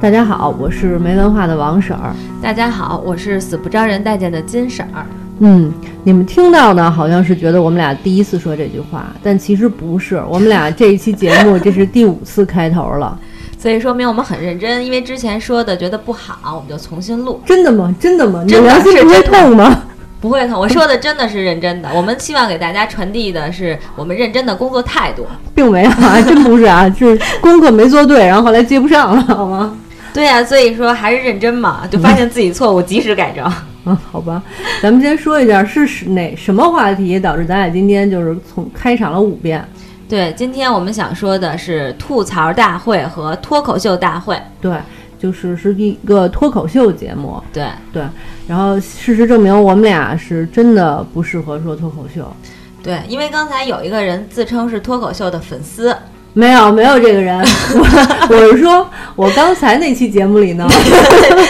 大家好，我是没文化的王婶儿。大家好，我是死不招人待见的金婶儿。嗯，你们听到呢，好像是觉得我们俩第一次说这句话，但其实不是，我们 俩这一期节目这是第五次开头了。所以说明我们很认真，因为之前说的觉得不好，我们就重新录。真的吗？真的吗？你真的良心是不会真的痛 吗？不会疼，我说的真的是认真的。我们希望给大家传递的是我们认真的工作态度。并没有 啊，真不是啊，是功课没做对，然后后来接不上了，好吗？对呀、所以说还是认真 嘛，就发现自己错误及时改正。 啊，好吧，咱们先说一下是是哪什么话题导致咱俩今天就是从开场了五遍。 对，今天我们想说的是吐槽大会和脱口秀大会。对，就是是一个脱口秀节目。对，对，然后事实证明，我们俩是真的不适合说脱口秀。对，因为刚才有一个人自称是脱口秀的粉丝， 没有，没有这个人。我我是说，我刚才那期节目里呢，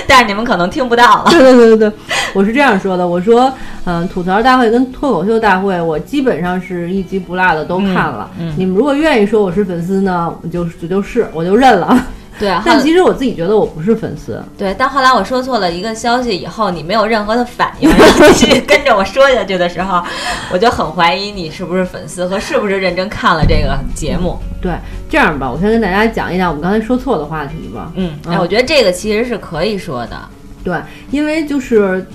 但是你们可能听不到了。 对对对对对，我是这样说的。我说，嗯，吐槽大会跟脱口秀大会，我基本上是一集不落的都看了。嗯嗯你们如果愿意说我是粉丝呢，我就我就是我就认了。 对，后但其实我自己觉得我不是粉丝，对，但后来我说错了一个消息以后，你没有任何的反应，然后继续跟着我说下去的时候，我就很怀疑你是不是粉丝和是不是认真看了这个节目。对，这样吧，我先跟大家讲一讲我们刚才说错的话题吧。嗯，嗯哎，我觉得这个其实是可以说的。对，因为就是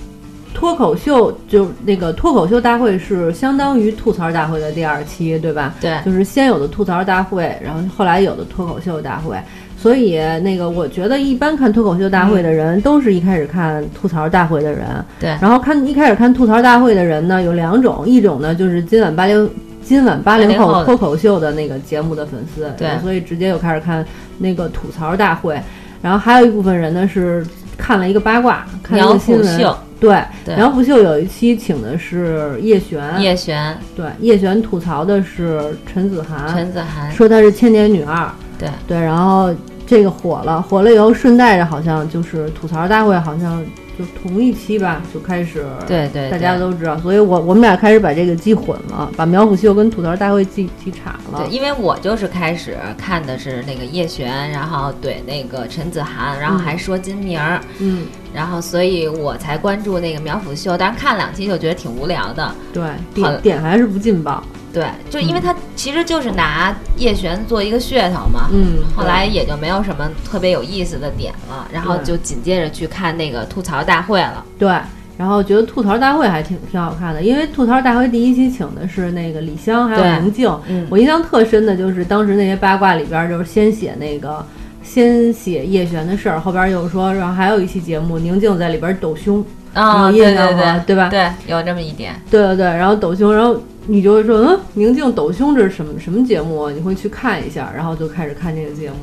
脱口秀，就那个脱口秀大会是相当于吐槽大会的第二期，对吧？对，就是先有的吐槽大会，然后后来有的脱口秀大会。所以那个，我觉得一般看脱口秀大会的人，都是一开始看吐槽大会的人。对然后看一开始看吐槽大会的人呢，有两种，一种呢就是今晚八零。今晚八零80后后的脱口秀的那个节目的粉丝，对所以直接就开始看那个吐槽大会，然后还有一部分人呢是看了一个八卦，看了一杨个新虎闻，秀、对，对杨虎秀有一期请的是叶璇，叶璇、对，叶璇吐槽的是陈子涵，陈子涵，啊说她是千年女二，对对，然后这个火了，火了以后顺带着好像就是吐槽大会，好像就同一期吧，就开始对对，大家都知道，所以我我们俩开始把这个记混了，把苗虎秀跟吐槽大会记记岔对，了，因为我就是开始看的是那个叶璇，然后怼那个陈子涵，然后还说金明儿，嗯，然后所以我才关注那个苗阜秀，但是看两期就觉得挺无聊的。对，好点了点还是不劲爆，对，就嗯因为他其实就是拿叶璇做一个噱头嘛。嗯，后来也就没有什么特别有意思的点了，然后对就紧接着去看那个吐槽大会了。对。然后觉得吐槽大会还挺挺好看的，因为吐槽大会第一期请的是那个李湘还有对宁静，嗯，我印象特深的就是当时那些八卦里边，就是先写那个，先写叶璇的事儿，后边又说，然后还有一期节目，宁静在里边抖胸，啊、有对印对象对吗？对吧？对，有这么一点。对对对，然后抖胸，然后你就会说，嗯，宁静抖胸这是什么什么节目啊？你会去看一下，然后就开始看这个节目。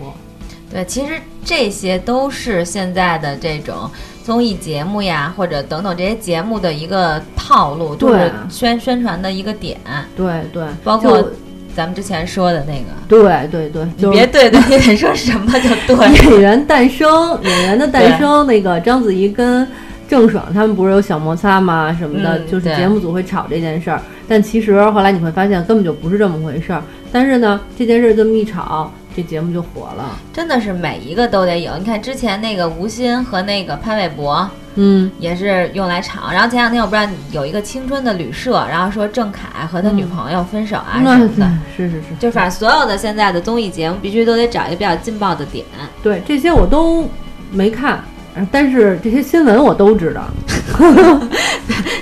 对，其实这些都是现在的这种综艺节目呀，或者等等这些节目的一个套路，就对是啊宣宣传的一个点。对对，包括就咱们之前说的那个，对对对，你就是别对对，你得说什么就 对。演员诞生，演员的诞生，那个章子怡跟郑爽他们不是有小摩擦吗？什么的，嗯就是对节目组会吵这件事儿。但其实后来你会发现根本就不是这么回事儿。但是呢，这件事儿这么一吵，这节目就火了。真的是每一个都得有。你看之前那个吴昕和那个潘玮柏嗯，也是用来炒，然后前两天我不知道有一个青春的旅社，然后说郑恺啊和他女朋友分手啊什嗯那么的，是是是，就反正所有的现在的综艺节目必须都得找一个比较劲爆的点。对这些我都没看。呃但是这些新闻我都知道，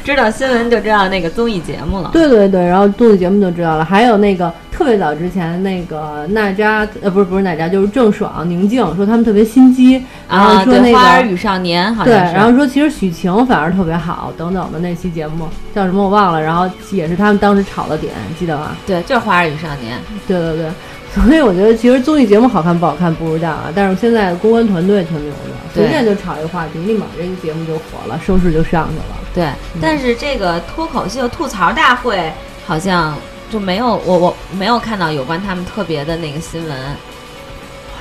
知道新闻就知道那个综艺节目了。对对对，然后综艺节目就知道了。还有那个特别早之前那个娜扎，呃，不是不是娜扎，就是郑爽、宁静说他们特别心机，然后啊，说对，那个花儿与少年》好对，像是。然后说其实许晴反而特别好，等等的那期节目叫什么我忘了，然后也是他们当时吵的点，记得吗？对，就是《花儿与少年》。对对 对，所以我觉得其实综艺节目好看不好看不知道啊，但是现在公关团队挺牛的，随对便就炒一个话题，立马这个节目就火了，收视就上去了。对，但是这个脱口秀吐槽大会好像就没有我我没有看到有关他们特别的那个新闻。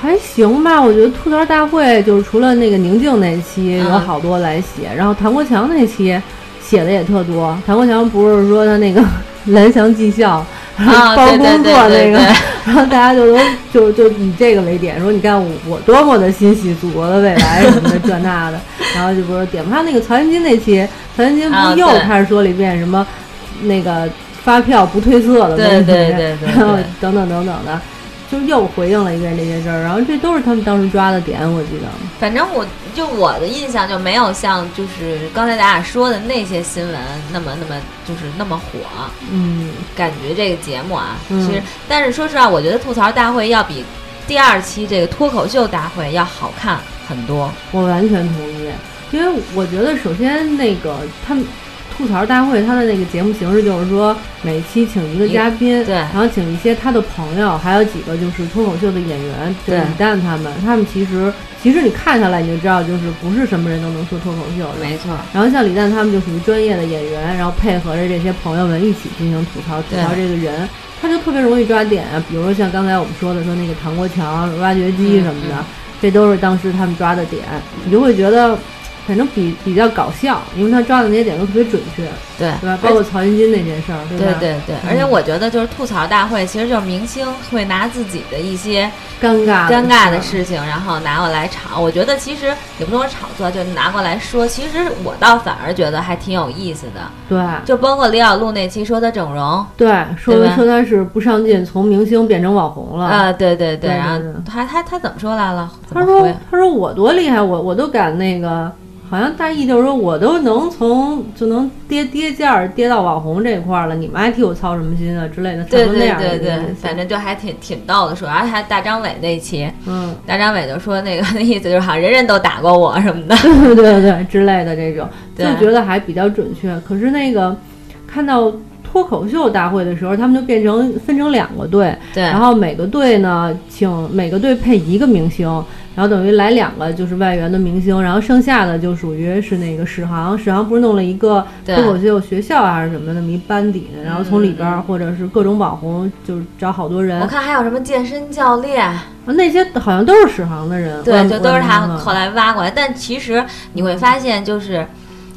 还行吧，我觉得吐槽大会就是除了那个宁静那期嗯有好多来写，然后唐国 强那期写的也特多。唐国强不是说他那个蓝翔技校，啊包对对工作那个，对对对 然后大家就都就就以这个为点，说你看我我多么的欣喜祖国的未来什么的这那的，然后就不是点他那个曹云金那期，曹云金啊不又对开始说了一遍什么那个发票不褪色的对问题，对对对然后对等等等等的。就又回应了一遍这些事儿，然后这都是他们当时抓的点，我记得。反正我就我的印象就没有像就是刚才咱俩说的那些新闻那么那么就是那么火，嗯，感觉这个节目啊，嗯其实但是说实话，我觉得吐槽大会要比第二期这个脱口秀大会要好看很多。我完全同意，因为我觉得首先那个他们吐槽大会，他的那个节目形式就是说每期请一个嘉宾，对然后请一些他的朋友，还有几个就是脱口秀的演员，就是对李诞他们，他们其实其实你看下来你就知道，就是不是什么人都能说脱口秀的。没错，然后像李诞他们就属于专业的演员，然后配合着这些朋友们一起进行吐槽，吐槽对这个人，他就特别容易抓点啊。比如说像刚才我们说的，说那个唐国强、挖掘机什么的，嗯嗯这都是当时他们抓的点，你就会觉得。反正比比较搞笑，因为他抓的那些点都特别准确，对对吧？包括嗯曹云金那件事儿，对对吧？对对，而且我觉得就是吐槽大会，其实就是明星会拿自己的一些尴尬尴尬的事事情，然后拿过来炒。我觉得其实也不能说炒作，就拿过来说。其实我倒反而觉得还挺有意思的，儿，对就包括李小璐那期说她整容，对，说对吧说他是不上进，从明星变成网红了啊，对对对对，对然后对她她她怎么说来了？怎他么啊说回：“他说我多厉害，我我都敢那个，好像大意就是说我都能从就能跌跌价儿跌到网红这块儿了，你们还替我操什么心啊之类的，对差不多那对样的对一个意对，思反正就还挺挺逗的说，而且还大张伟那一期，嗯，大张伟就说那个 那意思就是好像人人都打过我什 么的，对对对之类的这种，就对啊觉得还比较准确。可是那个看到脱口秀大会的时候，他们就变成分成两个队，对，然后每个队呢，请每个队配一个明星，然后等于来两个就是外援的明星，然后剩下的就属于是那个史航，史航不是弄了一个脱对口秀学校啊还是什么那么一班底呢，然后从里边儿或者是各种网红就是找好多人，我看还有什么健身教练，啊那些好像都是史航的人，我对，也就都是他我也没弄后来挖过来。但其实你会发现，就是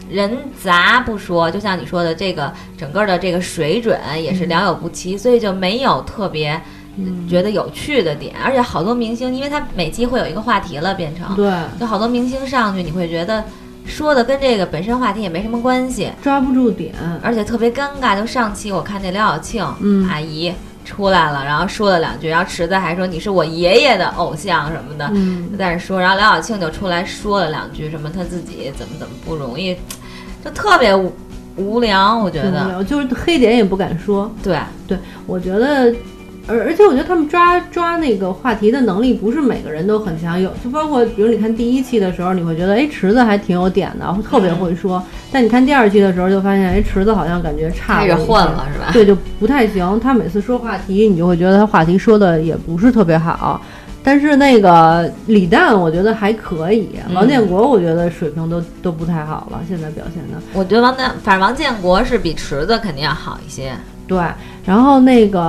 人杂不说，就像你说的，这个整个的这个水准也是良莠不齐，所以就没有特别嗯觉得有趣的点。而且好多明星，因为他每期会有一个话题了，变成对就好多明星上去，你会觉得说的跟这个本身话题也没什么关系，抓不住 点，而且特别尴尬。就上期我看那刘晓庆、嗯阿姨出来了，然后说了两句，然后池子还说你是我爷爷的偶像什么的，嗯就在那说，然后梁晓庆就出来说了两句，什么她自己怎么怎么不容易，就特别无无聊，我觉挺无得。聊，就是黑点也不敢说，对，对，我觉得，而而且我觉得他们抓抓那个话题的能力不是每个人都很强，有就包括比如你看第一期的时候，你会觉得哎池子还挺有点的，特别会说，嗯但你看第二期的时候就发现哎池子好像感觉差开始了一混些了是吧？对，就不太行。他每次说话题，你就会觉得他话题说的也不是特别好。但是那个李诞，我觉得还可以，嗯王建国我觉得水平都都不太好了，现在表现的。我觉得王丹，反正王建国是比池子肯定要好一些。对，然后那个，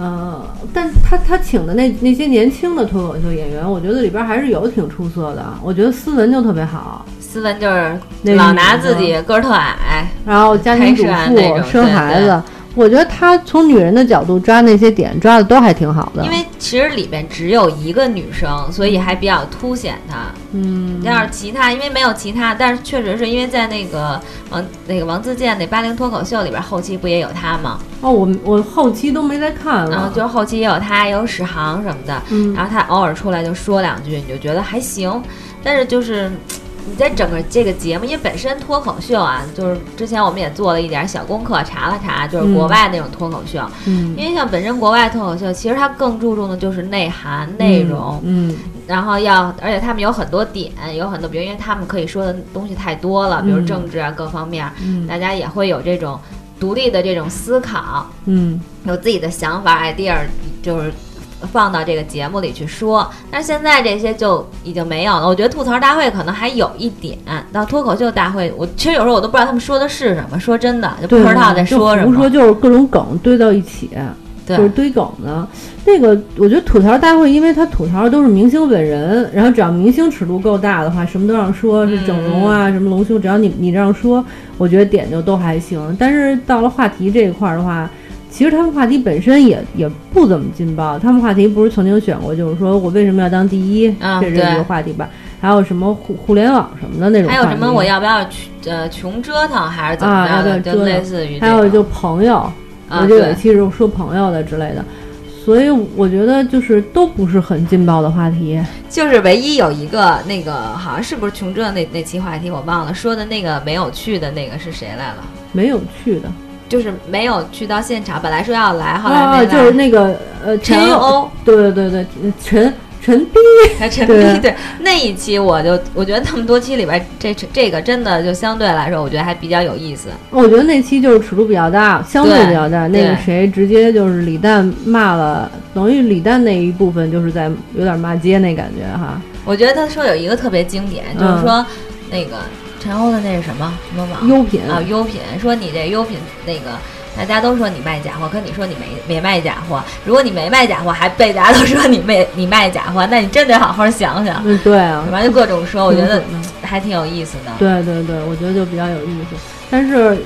呃，但他他请的那那些年轻的脱口秀演员，我觉得里边还是有挺出色的。我觉得思文就特别好，斯文就是那老个拿女啊自的己个儿特矮，然后家庭主开始啊那妇、种生对孩对子，我觉得他从女人的角度抓那些点抓的都还挺好的。因为其实里面只有一个女生，所以还比较凸显她。嗯，要是其他，因为没有其他，但是确实是因为在那个王那个王自健那八零脱口秀里边，后期不也有她吗？哦，我我后期都没再看然了。后啊就是啊后期也有他，也有史航什么的，嗯然后他偶尔出来就说两句，你就觉得还行。但是就是嗯你在整个这个节目，因为本身脱口秀啊，就是之前我们也做了一点小功课，查了查，就是国外那种脱口秀，嗯，因为像本身国外脱口秀，其实它更注重的就是内涵、内容，嗯，然后要，而且他们有很多点，有很多，比如因为他们可以说的东西太多了，比如嗯政治啊各方面，嗯大家也会有这种独立的这种思考。嗯有自己的想法 idea，就是放到这个节目里去说。但是现在这些就已经没有了。我觉得吐槽大会可能还有一点，到脱口秀大会，我其实有时候我都不知道他们说的是什么。说真的，就不对，知道在就说什胡说么。就是各种梗堆到一起。对就是堆梗的。那个，我觉得吐槽大会，因为他吐槽的都是明星本人，然后只要明星尺度够大的话，什么都让说，是整容啊，嗯什么隆胸，只要你你这样说，我觉得点就都还行。但是到了话题这一块儿的话，其实他们话题本身也也不怎么劲爆。他们话题不是曾经选过，就是说我为什么要当第一，啊这是一对个话题吧？还有什么互互联网什么的那种话还题，有什么我要不要穷呃穷折腾还是怎么啊着的，要不要就折类腾似于这还有种就朋友，啊我就有对一期是说朋友的之类的，所以我觉得就是都不是很劲爆的话题。就是唯一有一个那个好像是不是穷折那那期话题我忘了说的那个没有去的那个是谁来了？没有趣的就是没有去到现场，本来说要来，后来没啊，来。就是那个呃陈陈友，欧对对对对，呃陈陈斌，还陈对斌，对 那一期我就我觉得那么多期里边，这这个真的就相对来说，我觉得还比较有意思。我觉得那期就是尺度比较大，相对对比较大。那个对谁直接就是李诞骂了，等于李诞那一部分就是在有点骂街那感觉哈。我觉得他说有一个特别经典，嗯就是说那个陈欧的那是什么什么网优品啊优品，说你这优品那个。大家都说你卖假货，可你说你没没卖假货。如果你没卖假货，还被大家都说你卖 你卖假货，那你真得好好想想。嗯，对嗯啊，反正就各种说，我觉得挺狠的还挺有意思的。对对对，我觉得就比较有意思。但是，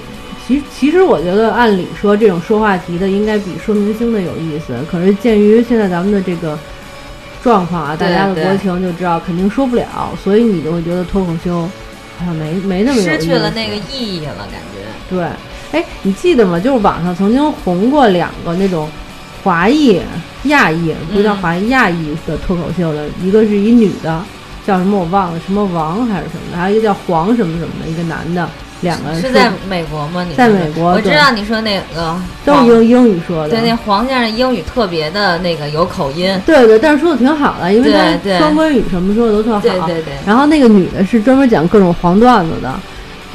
其其实我觉得按理说这种说话题的应该比说明星的有意思。可是鉴于现在咱们的这个状况啊，大对家的对国情就知道肯定说不了，所以你就会觉得脱口秀好像没没那么有失意去了思那个意义了，感觉对，哎，你记得吗？就是网上曾经红过两个那种华裔、亚裔，不叫嗯华裔、亚裔的脱口秀的，一个是一女的，叫什么我忘了，什么王还是什么的，还有一个叫黄什么什么的，一个男的，两个是说在美国吗？你呃在说的美国我知对道你说那个都是黄英英语说的，对，那黄先生英语特别的那个有口音，对对，但是说的挺好的，因为对对他双关语什么说的都特好。对对对。然后那个女的是专门讲各种黄段子的，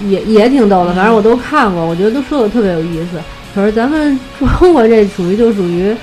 也也挺逗的，反正我都看过，我觉得都说的特别有意思。可是咱们中国这属于就属于，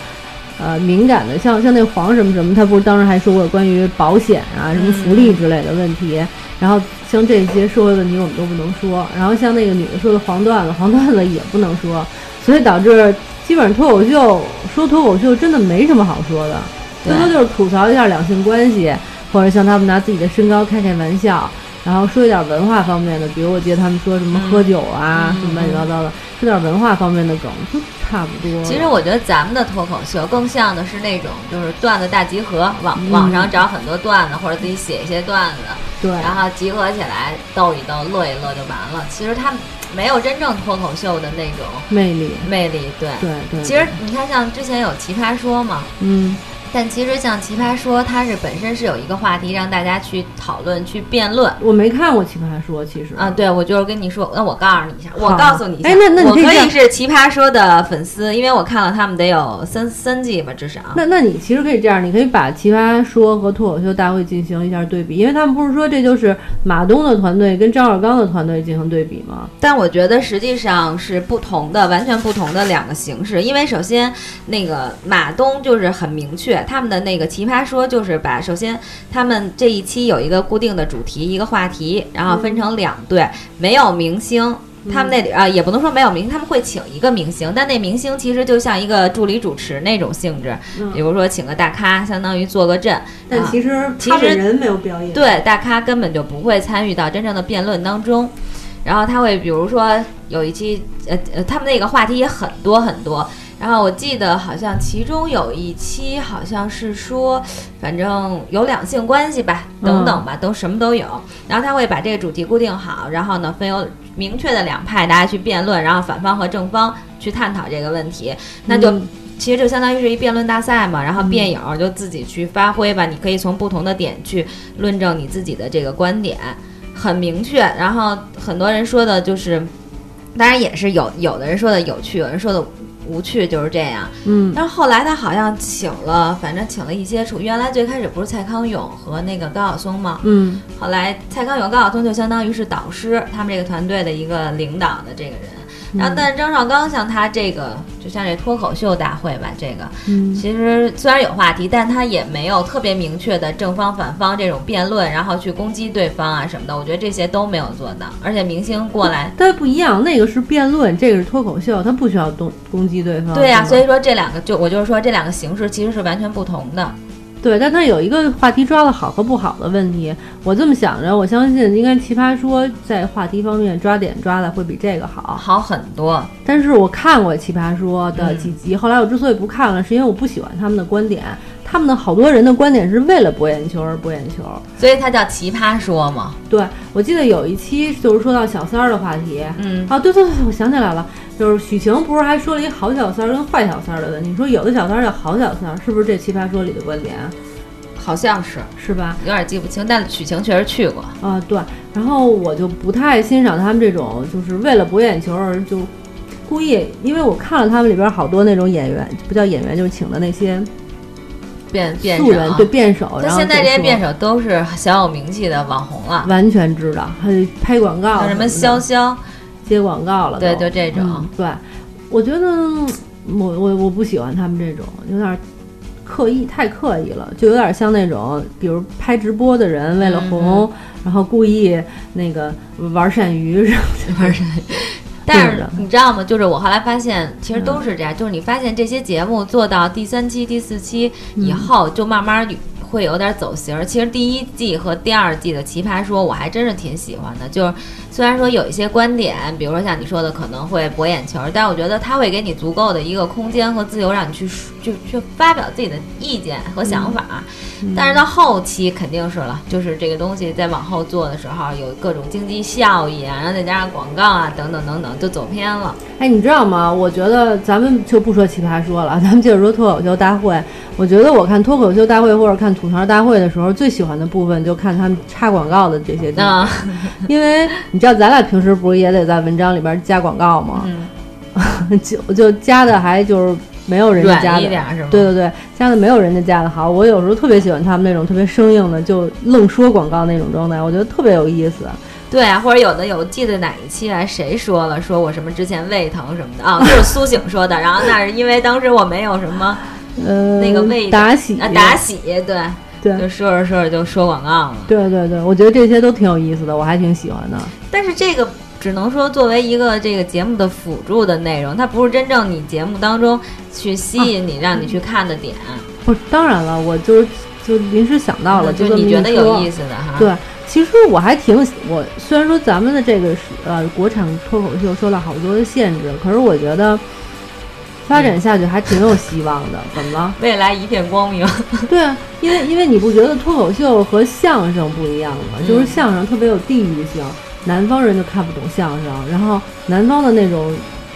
呃，敏感的，像像那黄什么什么，他不是当时还说过关于保险啊、什么福利之类的问题，然后像这些社会问题我们都不能说，然后像那个女的说的黄段子，黄段子也不能说，所以导致基本上脱口秀说脱口秀真的没什么好说的，对最多就是吐槽一下两性关系，或者像他们拿自己的身高开开玩笑，然后说一点文化方面的，比如我记得他们说什么嗯喝酒啊，嗯什么乱七八糟的，说点文化方面的梗都差不多了。其实我觉得咱们的脱口秀更像的是那种就是段子大集合，网、嗯网上找很多段子或者自己写一些段子，对然后集合起来逗一逗、乐一乐就完了。其实他们没有真正脱口秀的那种魅力，魅力。对，对对，其实你看像之前有奇葩说嘛，嗯但其实像奇葩说它是本身是有一个话题让大家去讨论、去辩论。我没看过《奇葩说》，其实啊，对，我就是跟你说，那我告诉你一下，我好告诉你一下，哎那那你我可以可这以样是奇葩说的粉丝，因为我看了他们得有三三季吧，至少。那那你其实可以这样，你可以把《奇葩说》和脱口秀大会进行一下对比，因为他们不是说这就是马东的团队跟张绍刚的团队进行对比吗？但我觉得实际上是不同的，完全不同的两个形式。因为首先，那个马东就是很明确，他们的那个奇葩说就是把首先他们这一期有一个固定的主题，一个话题，然后分成两队，没有明星。他们那里啊、也不能说没有明星，他们会请一个明星，但那明星其实就像一个助理主持那种性质，嗯比如说请个大咖，相当于坐个阵。啊实其他本实人没有表演，对，大咖根本就不会参与到真正的辩论当中。然后他会，比如说有一期，呃呃，他们那个话题也很多很多。然后我记得好像其中有一期好像是说，反正有两性关系吧，等等吧，都什么都有。然后他会把这个主题固定好，然后呢分有明确的两派，大家去辩论，然后反方和正方去探讨这个问题。那就嗯其实就相当于是一辩论大赛嘛，然后辩友就自己去发挥吧，你可以从不同的点去论证你自己的这个观点，很明确。然后很多人说的就是，当然也是有有的人说的有趣，有人说的无趣，就是这样。嗯，但是后来他好像请了，反正请了一些出，原来最开始不是蔡康永和那个高晓松吗？嗯后来蔡康永、高晓松就相当于是导师，他们这个团队的一个领导的这个人。然后，但是张绍刚像他这个，就像这脱口秀大会吧，这个嗯，其实虽然有话题，但他也没有特别明确的正方反方这种辩论，然后去攻击对方啊什么的。我觉得这些都没有做到，而且明星过来，但不一样，那个是辩论，这个是脱口秀，他不需要攻攻击对方。对呀、是吗所以说这两个就我就是说这两个形式其实是完全不同的。对，但他有一个话题抓的好和不好的问题，我这么想着，我相信应该奇葩说在话题方面抓点抓的会比这个好。好很多。但是我看过奇葩说的嗯几集，后来我之所以不看了，是因为我不喜欢他们的观点，他们的好多人的观点是为了博眼球而博眼球。所以它叫奇葩说嘛。对我记得有一期就是说到小三儿的话题，嗯，啊，对对对，我想起来了，就是许晴不是还说了一个好小三儿跟坏小三儿的问题，说有的小三儿叫好小三儿，是不是这奇葩说里的观点？好像是，是吧？有点记不清，但许晴确实去过。啊，对，然后我就不太欣赏他们这种，就是为了博眼球而就故意，因为我看了他们里边好多那种演员，不叫演员，就是请的那些变变素人，啊对，辩手，但然后现在这些就说辩手都是小有名气的网红了，完全知道，还有拍广告像什么的潇潇，接广告了都，对，就这种嗯。对，我觉得嗯我我我不喜欢他们这种，有点儿刻意，太刻意了，就有点像那种，比如拍直播的人为嗯了红，然后故意那个玩鳝鱼什么不是。但对是的嗯你知道吗？就是我后来发现，其实都是这样。就是你发现这些节目做到第三期、第四期以后，就慢慢会有点走形儿。其实第一季和第二季的《奇葩说》，我还真是挺喜欢的。就是虽然说有一些观点，比如说像你说的可能会博眼球，但我觉得它会给你足够的一个空间和自由，让你去说就去发表自己的意见和想法。嗯但是到后期肯定是了，就是这个东西在往后做的时候，有各种经济效益啊，然后再加上广告啊，等等等等，就走偏了。 哎，你知道吗？我觉得咱们就不说奇葩说了，咱们接着说脱口秀大会。我觉得我看脱口秀大会或者看吐槽大会的时候，最喜欢的部分就看他们插广告的这些地方，那因为你知道咱俩平时不是也得在文章里边加广告吗？嗯， 就就加的还就是没有人家加软一的。点是吗？对对对，加的没有人家加的好。我有时候特别喜欢他们那种特别生硬的，就愣说广告那种状态，我觉得特别有意思。对啊，或者有的有记得哪一期来谁说了，说我什么之前胃疼什么的啊， 就是苏醒说的。然后那是因为当时我没有什么呃，那个味道打喜啊打喜，对，对就说着说着就说广告了。对对对，我觉得这些都挺有意思的，我还挺喜欢的。但是这个只能说作为一个这个节目的辅助的内容，它不是真正你节目当中去吸引你、让你去看的点，不，当然了，我就是就临时想到了，嗯这就是么你一觉得有说意思的哈。对，其实我还挺我虽然说咱们的这个是呃国产脱口秀受到好多的限制，可是我觉得发展下去还挺有希望的。怎么 了？未来一片光明，对啊，因为因为你不觉得脱口秀和相声不一样吗？就是嗯相声特别有地域性，南方人就看不懂相声，然后南方的那种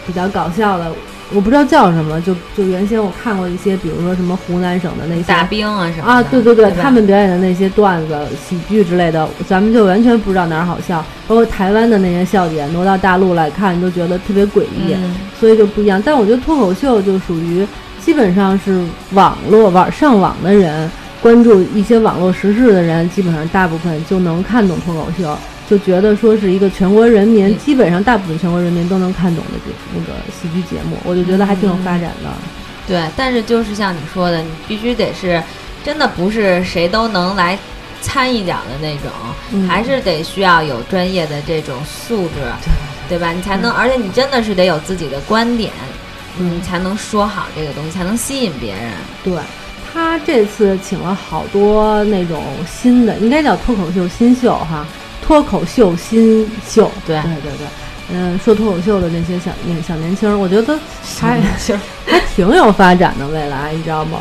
比较搞笑的，我不知道叫什么，就就原先我看过一些，比如说什么湖南省的那些大兵啊什么的啊，对对对对，吧，他们表演的那些段子、喜剧之类的，咱们就完全不知道哪儿好笑。包括台湾的那些笑点挪到大陆来看，都觉得特别诡异，嗯，所以就不一样。但我觉得脱口秀就属于基本上是网络网上网的人关注一些网络时事的人，基本上大部分就能看懂脱口秀，就觉得说是一个全国人民，嗯基本上大部分全国人民都能看懂的这那个喜剧节目，我就觉得还挺有发展的。对。但是就是像你说的，你必须得是真的不是谁都能来参一脚的那种，嗯还是得需要有专业的这种素质，对吧？你才能，而且你真的是得有自己的观点，嗯你才能说好这个东西，才能吸引别人。对他这次请了好多那种新的，应该叫脱口秀新秀哈，脱口秀新秀。对对对对，嗯，说脱口秀的那些小年小年轻儿，我觉得还 还挺有发展的未来，你知道吗？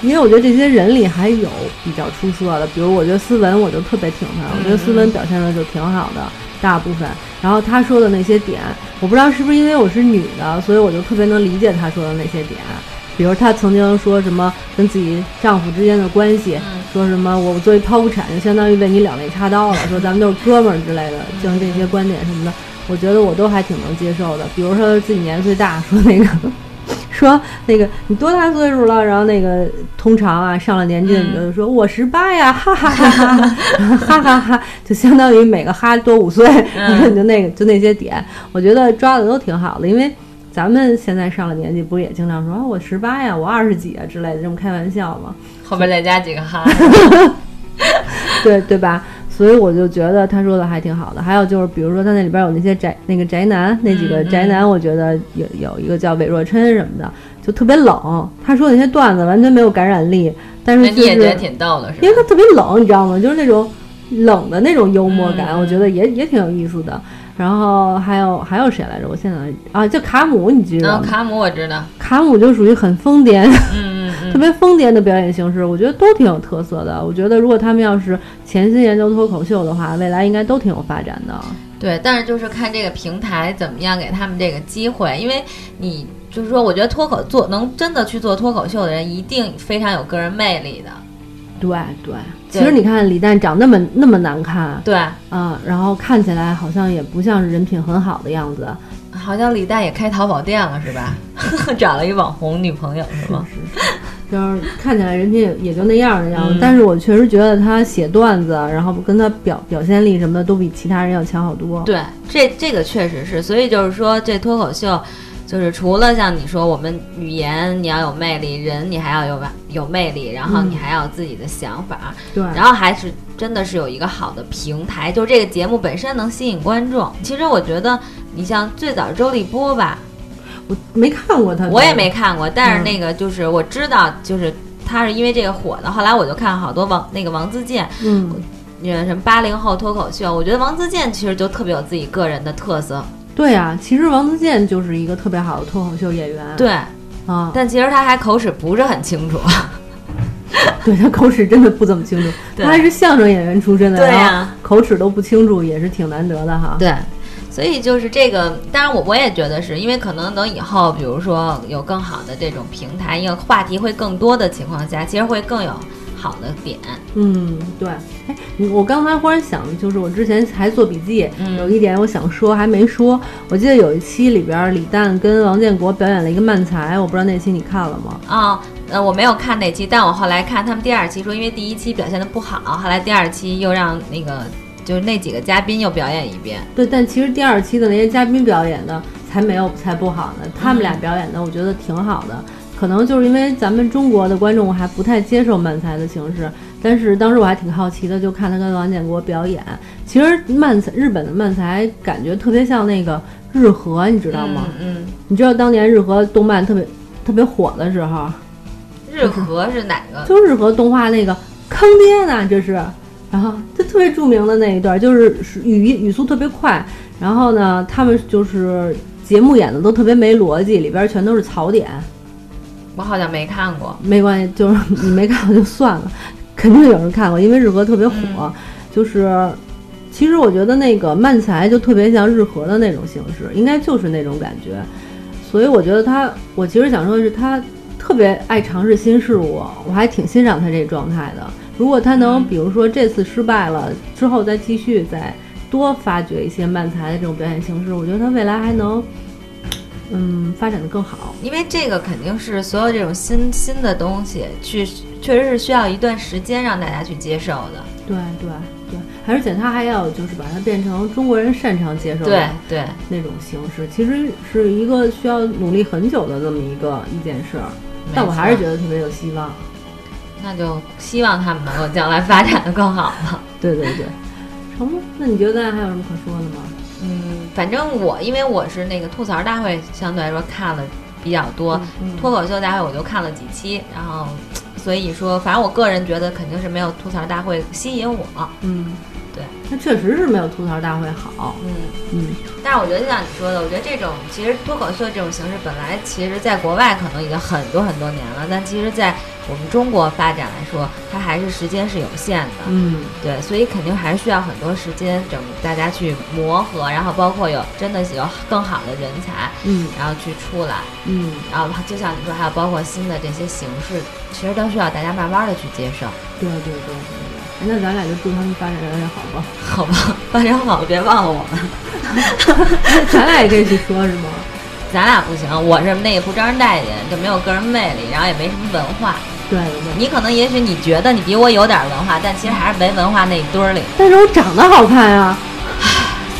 因为我觉得这些人里还有比较出色的，比如我觉得思文，我就特别挺他，我觉得思文表现的就挺好的，大部分。然后他说的那些点，我不知道是不是因为我是女的，所以我就特别能理解他说的那些点。比如她曾经说什么跟自己丈夫之间的关系，嗯说什么我作为剖腹产就相当于为你两肋插刀了，说咱们都是哥们儿之类的，像这些观点什么的，我觉得我都还挺能接受的。比如说自己年岁大，说那个。说那个你多大岁数了？然后那个通常啊上了年纪的女的就说、我十八呀，哈哈哈哈哈哈哈，就相当于每个哈多五岁，然嗯后你就那个就那些点，我觉得抓的都挺好的，因为咱们现在上了年纪，不是也经常说啊我十八呀，我二十几啊之类的这么开玩笑吗？ 后边再加几个哈。对对吧？所以我就觉得他说的还挺好的。还有就是，比如说他那里边有那些宅那个宅男那几个嗯嗯宅男，我觉得有有一个叫韦若琛什么的，就特别冷，他说那些段子完全没有感染力，但是那就你也是觉得挺逗的是吧？因为他特别冷，你知道吗？就是那种冷的那种幽默感，嗯我觉得也也挺有意思的。然后还有还有谁来着？我现在啊，就卡姆，你知然道后吗？嗯卡姆我知道，啊卡姆就属于很疯癫、嗯嗯特嗯，别疯癫的表演形式，我觉得都挺有特色的。我觉得如果他们要是潜心研究脱口秀的话，未来应该都挺有发展的。对，但是就是看这个平台怎么样给他们这个机会，因为你就是说，我觉得脱口做能真的去做脱口秀的人，一定非常有个人魅力的，对对，对其实你看李诞长那么那么难看啊、对。然后看起来好像也不像是人品很好的样子。好像李诞也开淘宝店了是吧？ 找了一网红女朋友是吗？就是看起来人家也也就那样儿的样子，嗯但是我确实觉得他写段子，啊然后跟他表表现力什么的都比其他人要强好多。对，这这个确实是，所以就是说，这脱口秀，就是除了像你说我们语言你要有魅力，人你还要有有魅力，然后你还要有自己的想法，对啊然后还是真的是有一个好的平台，就这个节目本身能吸引观众。其实我觉得，你像最早周立波吧，我没看过他，我也没看过，但是嗯那个就是我知道，就是他是因为这个火的，后来我就看好多王那个王自健。嗯，那个什么八零后脱口秀，我觉得王自健其实就特别有自己个人的特色，对呀、其实王自健就是一个特别好的脱口秀演员。对，啊，但其实他还口齿不是很清楚。 对他口齿真的不怎么清楚，对他还是相声演员出身的，对呀啊然后口齿都不清楚也是挺难得的哈。对，所以就是这个，当然我我也觉得是因为可能等以后，比如说有更好的这种平台，因为话题会更多的情况下，其实会更有好的点。嗯，对。哎，你我刚才忽然想，就是我之前还做笔记，嗯有一点我想说还没说。我记得有一期里边儿李诞跟王建国表演了一个慢才，我不知道那期你看了吗？啊、呃，我没有看那期，但我后来看他们第二期说，因为第一期表现的不好，后来第二期又让那个就是那几个嘉宾又表演一遍。对，但其实第二期的那些嘉宾表演的才没有才不好呢，他们俩表演的我觉得挺好的。可能就是因为咱们中国的观众还不太接受慢才的形式，但是当时我还挺好奇的，就看他跟王建国表演。其实慢才日本的慢才感觉特别像那个日和，你知道吗？嗯，嗯你知道当年日和动漫特别特别火的时候，嗯日和是哪个？就日和动画那个坑爹呢，这是，然后这特别著名的那一段，就是语语速特别快，然后呢，他们就是节目演的都特别没逻辑，里边全都是槽点，我好像没看过。没关系，就是你没看过就算了， 肯定有人看过，因为日和特别火，就是。其实我觉得那个漫才就特别像日和的那种形式，应该就是那种感觉，所以我觉得他，我其实想说的是他特别爱尝试新事物，我还挺欣赏他这状态的。如果他能，比如说这次失败了之后再继续再多发掘一些漫才的这种表演形式，我觉得他未来还能，嗯，发展的更好。因为这个肯定是所有这种新新的东西，去确实是需要一段时间让大家去接受的。对对对，还而且他还要就是把它变成中国人擅长接受对的对，那种形式，其实是一个需要努力很久的这么一个一件事儿。但我还是觉得，得特别有希望。那就希望他们能够将来发展的更好吧。对对对，成吗？那你觉得还有什么可说的吗？嗯，反正我因为我是那个吐槽大会，相对来说看了比较多，嗯脱口秀大会我就看了几期，然后所以说，反正我个人觉得肯定是没有吐槽大会吸引我。嗯，对，那确实是没有吐槽大会好。嗯。嗯，但是我觉得就像你说的，我觉得这种其实脱口秀这种形式本来其实在国外可能已经很多很多年了，但其实在我们中国发展来说，它还是时间是有限的，嗯，对，所以肯定还是需要很多时间，整大家去磨合，然后包括有真的有更好的人才，嗯，然后去出来，嗯，然后就像你说，还有包括新的这些形式，其实都需要大家慢慢的去接受，对对对对对。那咱俩就祝他们发展越来越好 吧。好吧？发展好，别忘了我们， 咱俩也可以去说，是吗？咱俩不行，我是那也不招人待见，就没有个人魅力，然后也没什么文化。对对对。你可能也许你觉得你比我有点文化，但其实还是没文化那一堆儿里。但是我长得好看啊，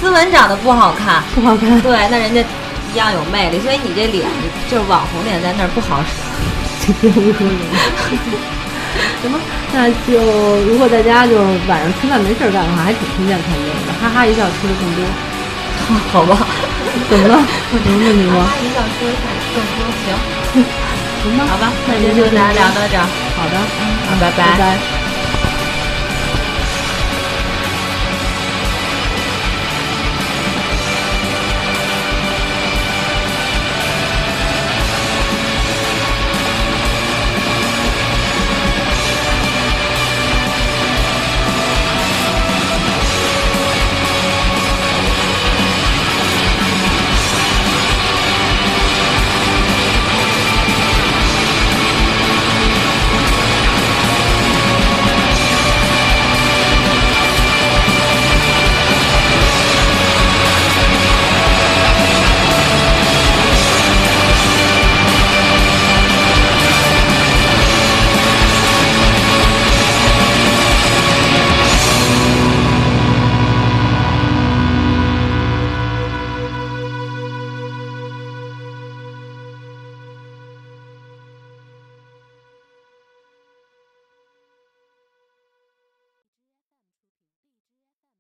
斯文长得不好看，不好看。对，那人家一样有魅力，所以你这脸就是网红脸在那儿不好使。这别胡说人。 行吧，那就如果大家就是晚上吃饭没事儿干的话，还挺推荐看这个的，哈哈一笑吃的更多。好吧， 怎么了？我能问你哈吗？哈一笑说一下更多，行，行吧，好吧，那那今今天天就就跟大家聊到到这儿，好的，好，拜拜拜